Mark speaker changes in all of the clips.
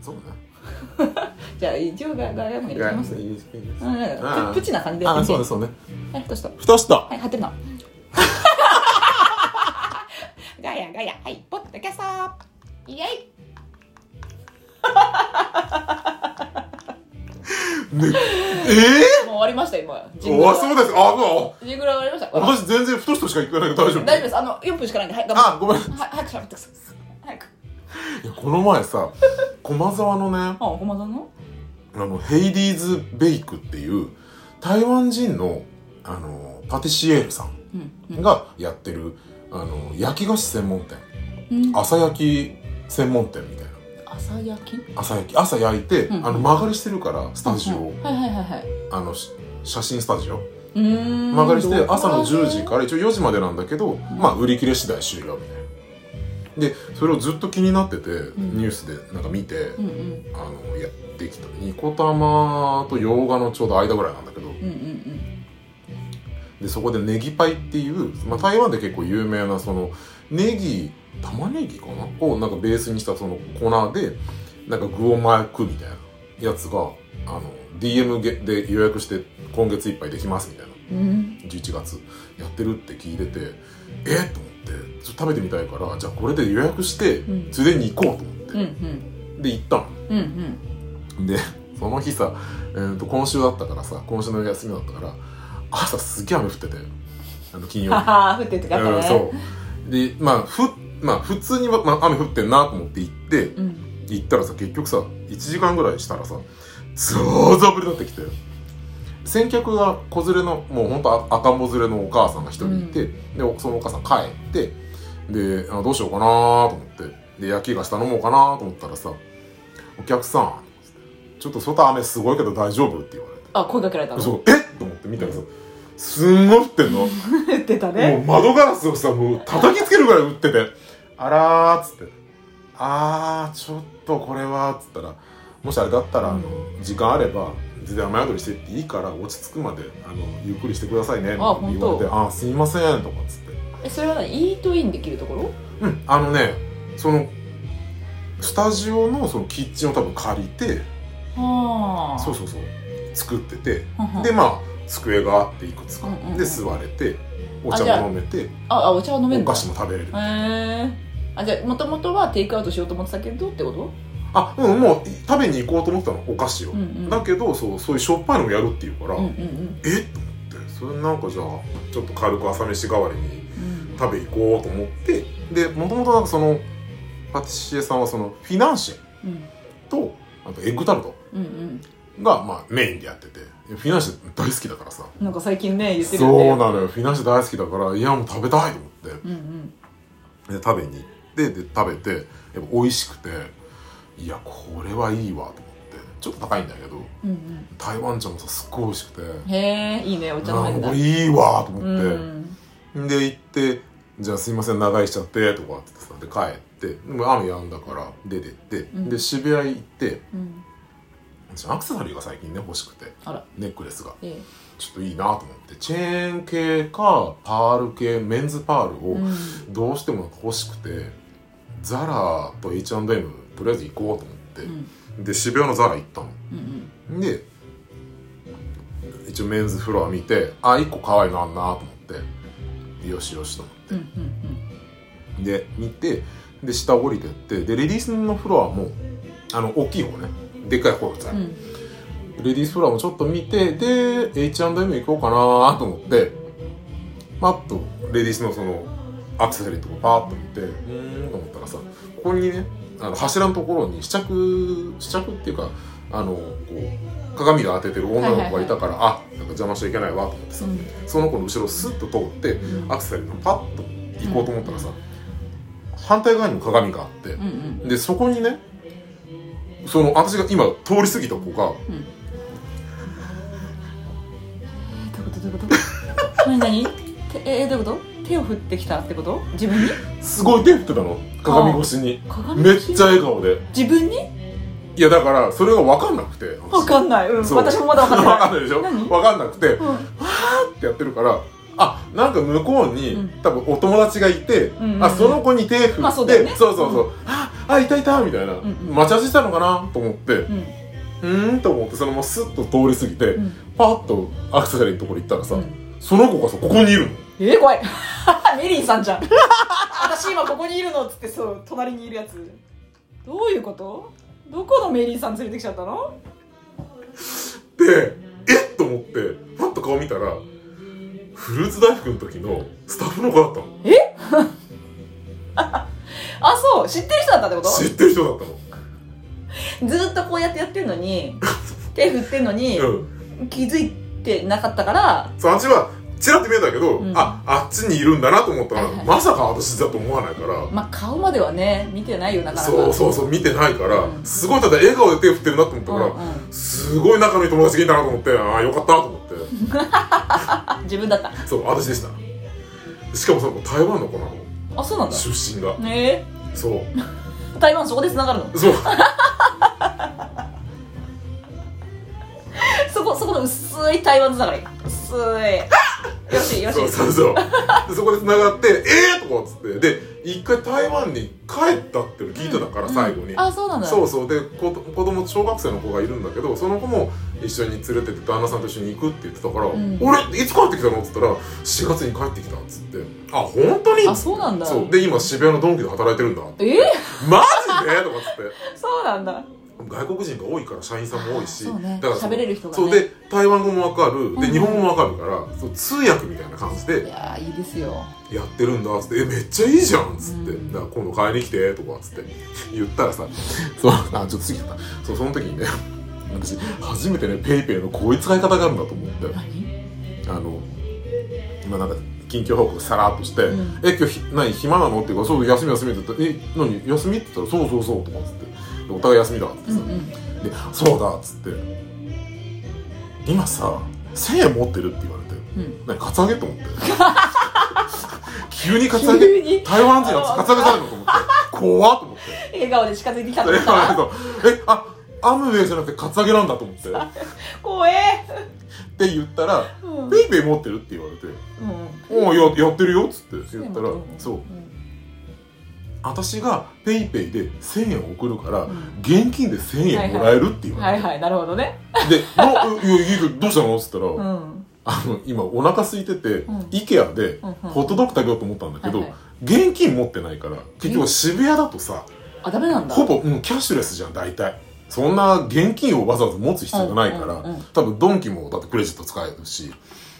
Speaker 1: そうね
Speaker 2: じゃあ一応ガガヤも入れちゃいます
Speaker 1: いいですいいです
Speaker 2: うんなん
Speaker 1: あ
Speaker 2: か
Speaker 1: あ
Speaker 2: ププチな感じで
Speaker 1: あそうねそうね
Speaker 2: はいどうした
Speaker 1: ふとしと
Speaker 2: はいはてなガヤガヤはいポッドキャストイエイもう
Speaker 1: え
Speaker 2: 終わりました今
Speaker 1: えおあそうですあも
Speaker 2: ジングル終わりました
Speaker 1: う私全然ふとしとしか行かないから大丈夫
Speaker 2: 大丈夫ですあの4分しかないんではい頑張
Speaker 1: あごめんい
Speaker 2: っては早く喋ってください早く
Speaker 1: やこの前さ駒沢のね
Speaker 2: あ駒沢の
Speaker 1: あのヘイディーズ・ベイクっていう台湾人のあのパティシエールさん
Speaker 2: うんうん
Speaker 1: がやってるあの焼き菓子専門店
Speaker 2: うん
Speaker 1: 朝焼き専門店みたいな
Speaker 2: 朝焼き
Speaker 1: 朝焼き朝焼いて、
Speaker 2: うん
Speaker 1: あの曲がりしてるからスタジオ、
Speaker 2: はいはいはいはい
Speaker 1: あのし写真スタジオ
Speaker 2: うーん
Speaker 1: 曲がりして朝の10時から一応4時までなんだけど、まあ売り切れ次第終了みたいなでそれをずっと気になってて、
Speaker 2: ん
Speaker 1: ニュースでなんか見て、
Speaker 2: うんうん
Speaker 1: あのやってきたニコタマと洋画のちょうど間ぐらいなんだけど
Speaker 2: うんうん
Speaker 1: でそこでネギパイっていう、まあ、台湾で結構有名なそのネギ玉ねぎかなをなんかベースにしたその粉でなんか具を巻くみたいなやつがあの DM げで予約して今月いっぱいできますみたいな
Speaker 2: うんうん
Speaker 1: 11月やってるって聞いててえっと思ってちょっと食べてみたいからじゃあこれで予約して
Speaker 2: うん
Speaker 1: ついでに行こうと思って、
Speaker 2: うんうん
Speaker 1: で行ったの
Speaker 2: うんうん
Speaker 1: でその日さ、えー、と今週だったからさ今週の休みだったから朝すげえ雨降っててあの金曜日
Speaker 2: はは降ってってかった
Speaker 1: うん、
Speaker 2: ね
Speaker 1: そうでまあふまあ普通に、まあ、雨降ってんなと思って行って
Speaker 2: うん
Speaker 1: 行ったらさ結局さ1時間ぐらいしたらさゾーザぶりになってきて先客が子連れのもうほんとあ赤ん坊連れのお母さんが一人いて、でそのお母さん帰ってであどうしようかなと思ってで焼き菓子頼もうかなと思ったらさ「お客さんちょっと外雨すごいけど大丈夫?」って言われて
Speaker 2: あ声かけられた
Speaker 1: 「
Speaker 2: の
Speaker 1: そうえっ?」と思って見たらさすんごい降ってんの。
Speaker 2: 降ってた
Speaker 1: も
Speaker 2: ね
Speaker 1: う窓ガラスをさもう叩きつけるぐらい打ってて「あら」っつって「あーちょっとこれは」っつったら「もしあれだったらあの時間あれば全然雨宿りしてっていいから落ち着くまであのゆっくりしてくださいね」って言
Speaker 2: あ
Speaker 1: わ
Speaker 2: ほんと
Speaker 1: れて「あーすいません」とかっつって
Speaker 2: えそれは何イートインできるところ
Speaker 1: うんあのねそのスタジオのそのキッチンを多分借りて
Speaker 2: はあ
Speaker 1: そう
Speaker 2: う
Speaker 1: そうそう作っててで
Speaker 2: で
Speaker 1: まあ机があっていくつか
Speaker 2: うんうんうん
Speaker 1: で座れてお
Speaker 2: あじゃ
Speaker 1: 茶
Speaker 2: あ
Speaker 1: も飲めて
Speaker 2: ああお茶は飲める
Speaker 1: お
Speaker 2: んだ
Speaker 1: 菓子も食べれる
Speaker 2: へえあじゃあもともとはテイクアウトしようと思ってたけどってこと
Speaker 1: あうんもうい食べに行こうと思ったのお菓子を、
Speaker 2: うんうん
Speaker 1: だけどそうそういうしょっぱいのをやるっていうから、
Speaker 2: うんうんうん
Speaker 1: えっと思ってそれなんかじゃあちょっと軽く朝飯代わりに
Speaker 2: うん
Speaker 1: 食べ行こうと思ってでもともとなんかそのパティシエさんはそのフィナンシェ
Speaker 2: うん
Speaker 1: とあとエッグタルト
Speaker 2: うんうん
Speaker 1: がまあメインでやっててフィナンシェ大好きだからさ
Speaker 2: なんか最近ね言ってる
Speaker 1: そ
Speaker 2: よね
Speaker 1: うなのよフィナンシェ大好きだからいやもう食べたいと思っ
Speaker 2: う
Speaker 1: て
Speaker 2: んうん
Speaker 1: で食べに行ってで食べてやっぱ美味しくていやこれはいいわと思ってちょっと高いんだけど
Speaker 2: うん
Speaker 1: 台湾茶もさすっごい美味しくて
Speaker 2: うんへえいいねお茶飲
Speaker 1: あ
Speaker 2: めるんだ
Speaker 1: これいいわと思
Speaker 2: う
Speaker 1: って、
Speaker 2: ん
Speaker 1: で行って「じゃあすいません長居しちゃって」とかってさで帰ってでも雨やんだから出てって、
Speaker 2: ん
Speaker 1: で渋谷行って
Speaker 2: うん
Speaker 1: 私アクセサリーが最近ね欲しくて
Speaker 2: あら
Speaker 1: ネックレスが
Speaker 2: え
Speaker 1: ちょっといいなと思ってチェーン系かパール系メンズパール
Speaker 2: え
Speaker 1: をどうしてもなんか欲しくて、ザラと H&M とりあえず行こうと思って、
Speaker 2: うん
Speaker 1: で渋谷のザラ行ったの
Speaker 2: うんうん
Speaker 1: で一応メンズフロア見てあ一個可愛いのあんなと思ってよしよしと
Speaker 2: うんう
Speaker 1: 思
Speaker 2: んうん
Speaker 1: ってで見てで下降りてってでレディースのフロアもあの大きい方ねでっかい方じゃ、
Speaker 2: うんん
Speaker 1: レディースフロアもちょっと見てで H&M 行こうかなと思ってパッとレディースのそのアクセサリーとかパーッと見てうーんと思ったらさここにねあの柱のところに試着試着っていうかあのこう鏡で当ててる女の子がいたから、あなんか邪魔しちゃいけないわと思ってさ、
Speaker 2: うん
Speaker 1: その子の後ろをスッと通って
Speaker 2: うん
Speaker 1: アクセサリーのパッと行こうと思ったらさ、反対側にも鏡があって、
Speaker 2: うんうん
Speaker 1: でそこにねその私が今通り過ぎた子が
Speaker 2: うんえーどういうことどういうこと 何何てえーどういうこと手を振ってきたってこと自分に
Speaker 1: すごい手振ってたの鏡越しに
Speaker 2: 鏡
Speaker 1: めっちゃ笑顔で
Speaker 2: 自分に
Speaker 1: いやだからそれが分かんなくて
Speaker 2: わかんない、うん、
Speaker 1: そう
Speaker 2: 私もまだわかん
Speaker 1: わかん
Speaker 2: な
Speaker 1: ないでしょ
Speaker 2: 何
Speaker 1: 分かんなくて
Speaker 2: い、
Speaker 1: ってやってるからあなんか向こうに、
Speaker 2: うん
Speaker 1: 多分お友達がいて、
Speaker 2: んうんうん
Speaker 1: あその子に手振って、
Speaker 2: まあそうだよね
Speaker 1: そうそうそう、ああいたいたみたいな、
Speaker 2: んうん
Speaker 1: 待ち合わせしたのかなと思ってう
Speaker 2: うん
Speaker 1: ーんと思ってそのままスッと通り過ぎて、
Speaker 2: うん
Speaker 1: パッとアクセサリーのところ行ったらさ、
Speaker 2: うん
Speaker 1: その子がさここにいるの
Speaker 2: えー、怖い メリーさんじゃん私今ここにいるのっつってそう隣にいるやつどういうことどこのメリーさん連れてきちゃったの
Speaker 1: でえっと思ってパッと顔見たらフルーツ大福の時のスタッフの子だったの
Speaker 2: あそう知ってる人だったってこと
Speaker 1: 知ってる人だったの
Speaker 2: ずーっとこうやってやってるのに手振ってんのに
Speaker 1: うん
Speaker 2: 気づいてなかったから
Speaker 1: そうあっちはちらって見えたけど、
Speaker 2: うん
Speaker 1: ああっちにいるんだなと思ったら、
Speaker 2: はいはい
Speaker 1: まさか私だと思わないから、
Speaker 2: まあ顔まではね見てないよなかなか
Speaker 1: そうそうそう見てないから、
Speaker 2: うん
Speaker 1: すごいただ笑顔で手振ってるなと思った
Speaker 2: うん
Speaker 1: から、
Speaker 2: うん
Speaker 1: すごい仲のいい友達がいたなと思ってああよかったと思って
Speaker 2: あ自分だった
Speaker 1: そう私でしたしかもさ台湾の子なの
Speaker 2: あそうなんだ
Speaker 1: 出身が
Speaker 2: ね
Speaker 1: そう
Speaker 2: え台湾そこでつながるの
Speaker 1: そう
Speaker 2: そこそこの薄い台湾つながり薄いよしよ
Speaker 1: そう
Speaker 2: し
Speaker 1: そうそうでそこで繋がって「えー!」とかっつってで一回台湾に帰ったっていうの聞いてたから、最後に、
Speaker 2: うんあそうなんだ
Speaker 1: そうそうで子子供小学生の子がいるんだけどその子も一緒に連れてって旦那さんと一緒に行くって言ってたから「
Speaker 2: ん
Speaker 1: 俺いつ帰ってきたの?」っつったら「4月に帰ってきた」っつって「あ本当に?」
Speaker 2: あそうなんだ
Speaker 1: そうで今渋谷のドンキで働いてるんだ
Speaker 2: えー、
Speaker 1: マジでとかっつって
Speaker 2: そうなんだ
Speaker 1: 外国人が多いから社員さんも多いし、
Speaker 2: あーそうね
Speaker 1: その
Speaker 2: 喋れる人がね
Speaker 1: そうで台湾語もわかるで、
Speaker 2: うん
Speaker 1: 日本語もわかるからそう通訳みたいな感じ
Speaker 2: い
Speaker 1: で
Speaker 2: やーいいですよ
Speaker 1: やってるんだっつって「えめっちゃいいじゃん」っつって、
Speaker 2: うん
Speaker 1: だから今度買いに来て」とかっつって言ったらさそうあちょっと過ぎたそうその時にね私初めてねペイペイのこういう使い方があるんだと思って
Speaker 2: 何
Speaker 1: あの今なんか近況報告さらっとして「
Speaker 2: うん
Speaker 1: え今日ひ何暇なの?」って言うから「そう休み休み」って言ったら「え何休み?」って言ったら「そうそうそう」とかっつってでお互い休みだっつって
Speaker 2: うん
Speaker 1: さ、
Speaker 2: うん
Speaker 1: で「そうだ」っつって「今さ1000円持ってる」って言われて
Speaker 2: うん
Speaker 1: 何カツアゲ と思って急にカツアゲ
Speaker 2: 急に
Speaker 1: 台湾人がカツアゲされるのと思って怖っと思って
Speaker 2: 笑顔で近づいてきたと思っ
Speaker 1: で
Speaker 2: た
Speaker 1: あ
Speaker 2: ら
Speaker 1: のえあアムウェイじゃなくてカツアゲなんだと思ってっ
Speaker 2: 怖え
Speaker 1: て言ったら
Speaker 2: う
Speaker 1: 「
Speaker 2: ん、うん、
Speaker 1: ペイペイ持ってる?」って言われて「おうややってるよ」っつって言ったらそう私がペイペイで1000円送るから
Speaker 2: うん
Speaker 1: 現金で1000円もらえるって言わ
Speaker 2: は
Speaker 1: れ
Speaker 2: い
Speaker 1: て、
Speaker 2: はいなるほどね
Speaker 1: で「なういやいいけどどうしたの?」っつったら「
Speaker 2: うん
Speaker 1: あの今お腹空いてて、
Speaker 2: うん
Speaker 1: IKEA で
Speaker 2: うんうん
Speaker 1: ホットドッグ食べようと思ったんだけど、
Speaker 2: はいは
Speaker 1: 現金持ってないから結局渋谷だとさ
Speaker 2: あダメなんだ
Speaker 1: ほぼ、うん、キャッシュレスじゃん大体そんな現金をわざわざ持つ必要がないから、
Speaker 2: うんうんうん
Speaker 1: 多分ドンキもだってクレジット使えるし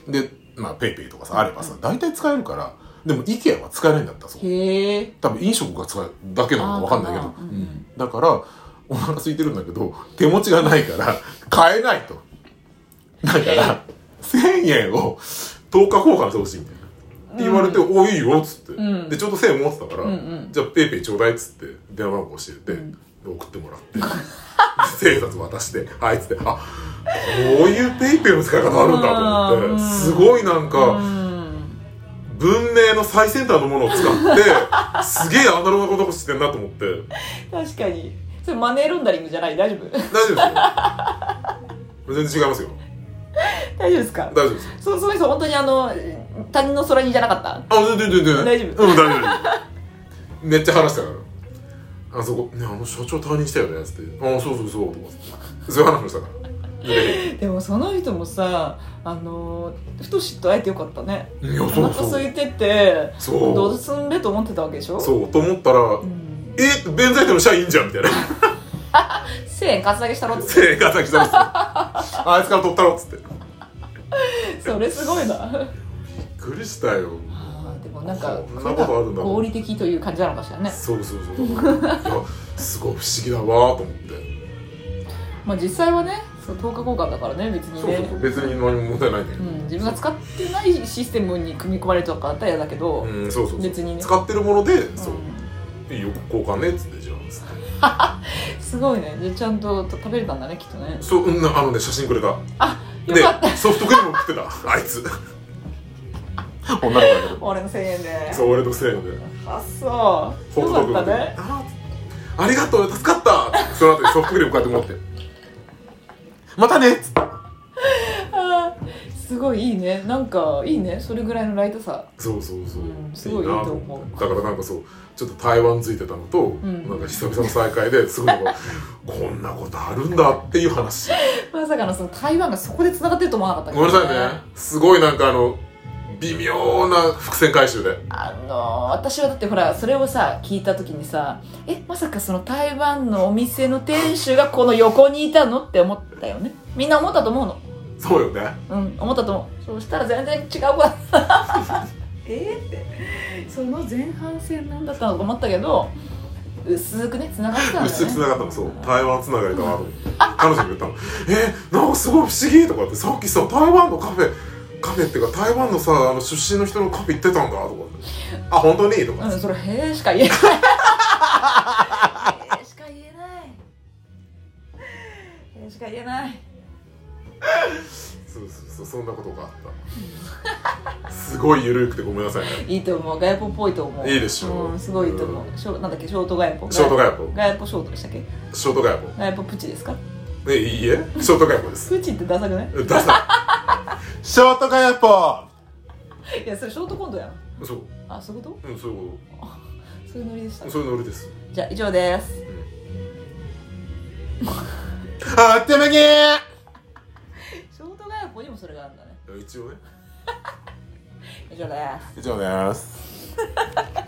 Speaker 1: でまあペイペイとかさあればさ、大体使えるからでも IKEA は使えないんだったそこ
Speaker 2: へえ
Speaker 1: 多分飲食が使えるだけなのか分かんないけど
Speaker 2: あ、ーうんうん
Speaker 1: だからお腹空いてるんだけど手持ちがないから買えないとだから1000円を10日交換してほしいみたいなって言われて「おいいよ」っつって、
Speaker 2: うん
Speaker 1: でちょうど1000円持ってたから「
Speaker 2: うんうん
Speaker 1: じゃあペイペイちょうだい」っつって電話番号教えて、
Speaker 2: うん
Speaker 1: で送ってもらって1000円札渡して「はい」っつって「あこういうペイペイの使い方あるん だ」と思って、
Speaker 2: うん
Speaker 1: すごいなんか。
Speaker 2: うん
Speaker 1: 文明の最先端のものを 使って、すげえアナログなことしてんなと思って。
Speaker 2: 確かにそれマネーロンダリングじゃない大丈夫
Speaker 1: 大丈夫ですよ。全然違いますよ。
Speaker 2: 大丈夫ですか
Speaker 1: 大丈夫ですよ。
Speaker 2: そその人本当にあの他人の空にじゃなかった
Speaker 1: あ、全然全然。
Speaker 2: 大丈夫
Speaker 1: うん、大丈夫です。めっちゃ話したから。あそこ、ね、あの社長退任したよね、つって。あ、そうそうそう、とかって。そういう話もしたから。で
Speaker 2: でもその人もさあのふと知っと会えてよかったね
Speaker 1: いや、
Speaker 2: お
Speaker 1: そう
Speaker 2: 腹
Speaker 1: そ
Speaker 2: 空
Speaker 1: う。
Speaker 2: いてて
Speaker 1: そう
Speaker 2: どうすんべと思ってたわけでしょ
Speaker 1: そう、と思ったら
Speaker 2: う、ん
Speaker 1: え、弁財天の社員じゃん、みたいな。
Speaker 2: 1000円カツアゲしたろって
Speaker 1: 生活が来たんですよ。あいつから取ったろ、つって。びっ
Speaker 2: それすごいな
Speaker 1: くりしたよ。
Speaker 2: あーでもなんか
Speaker 1: そんなことあるんだ
Speaker 2: 合理的という感じなのかしらね、
Speaker 1: そうそうそう。だからいや、すごい不思議だわ、と思って。
Speaker 2: まあ、実際はねそう10日交換だからね別に
Speaker 1: そう
Speaker 2: ね
Speaker 1: そうそう別に何も問題ないんだけ
Speaker 2: う
Speaker 1: ど、
Speaker 2: ん、自分が使ってないシステムに組み込まれるとかあったら嫌だけど、
Speaker 1: うんそうそうそう
Speaker 2: 別にね
Speaker 1: 使ってるもので、そう
Speaker 2: う
Speaker 1: いいよ交換ねっつってじゃあつって
Speaker 2: んすごいねでちゃんと食べれたんだねきっとね
Speaker 1: そう、うん、あのね写真くれた
Speaker 2: よかった
Speaker 1: でソフトクリーム食って たあいつ女の子だけど
Speaker 2: 俺の1000円で
Speaker 1: そう俺のせいで
Speaker 2: あそうよかったね
Speaker 1: あありがとう助かったってその後にソフトクリーム買ってもらってまたねっつって
Speaker 2: あーすすごいいいねなんかいいねそれぐらいのライトさ
Speaker 1: そうそうそう、
Speaker 2: うんすごいいい
Speaker 1: な
Speaker 2: と思う
Speaker 1: だからなんかそうちょっと台湾ついてたのと、
Speaker 2: ん
Speaker 1: なんか久々の再会ですごいなんかこんなことあるんだっていう話
Speaker 2: まさかのその台湾がそこでつながってると思わなかった
Speaker 1: ごめんなさいねすごいなんかあの微妙な伏線回収で
Speaker 2: あのー私はだってほらそれをさ聞いた時にさえまさかその台湾のお店の店主がこの横にいたのって思ったよねみんな思ったと思うの
Speaker 1: そうよね
Speaker 2: うん思ったと思うそうしたら全然違う子だった えーってその前半戦なんだったのと思ったけど薄くね繋がってたんだよね
Speaker 1: 薄くつながったのそう台湾つながりかなと思って彼女に言ったの「えなんかすごい不思議」とかってさっきさ台湾のカフェカフェっていうか台湾のさあの出身の人のカフェ行ってたんだとかって「あ本当に?」とか
Speaker 2: う
Speaker 1: っ
Speaker 2: ん
Speaker 1: て
Speaker 2: それ「へえ」しか言えないへえしか言えないへえしか言えない
Speaker 1: そうそうそうそんなことがあったすごい緩くてごめんなさいね
Speaker 2: いいと思う外ポっぽいと思う
Speaker 1: いいでしょう
Speaker 2: うん、すごいいいと思うショなんだっけショート外ポ
Speaker 1: ショートガヤポ
Speaker 2: 外ポショートでしたっけ
Speaker 1: ショートガヤポ
Speaker 2: 外ポプチですか
Speaker 1: えいいえショートガヤポです
Speaker 2: プチってダサくない
Speaker 1: ダサ いショートガヤポ
Speaker 2: いやそれショートコントやん
Speaker 1: そう
Speaker 2: あそういうこ
Speaker 1: うんそういうこと
Speaker 2: そういうノリでした
Speaker 1: とそういうノリです
Speaker 2: じゃあ以上です
Speaker 1: あってまげ
Speaker 2: ショート外ポにもそれがあるんだね
Speaker 1: 一応ね
Speaker 2: 以上です
Speaker 1: 以上です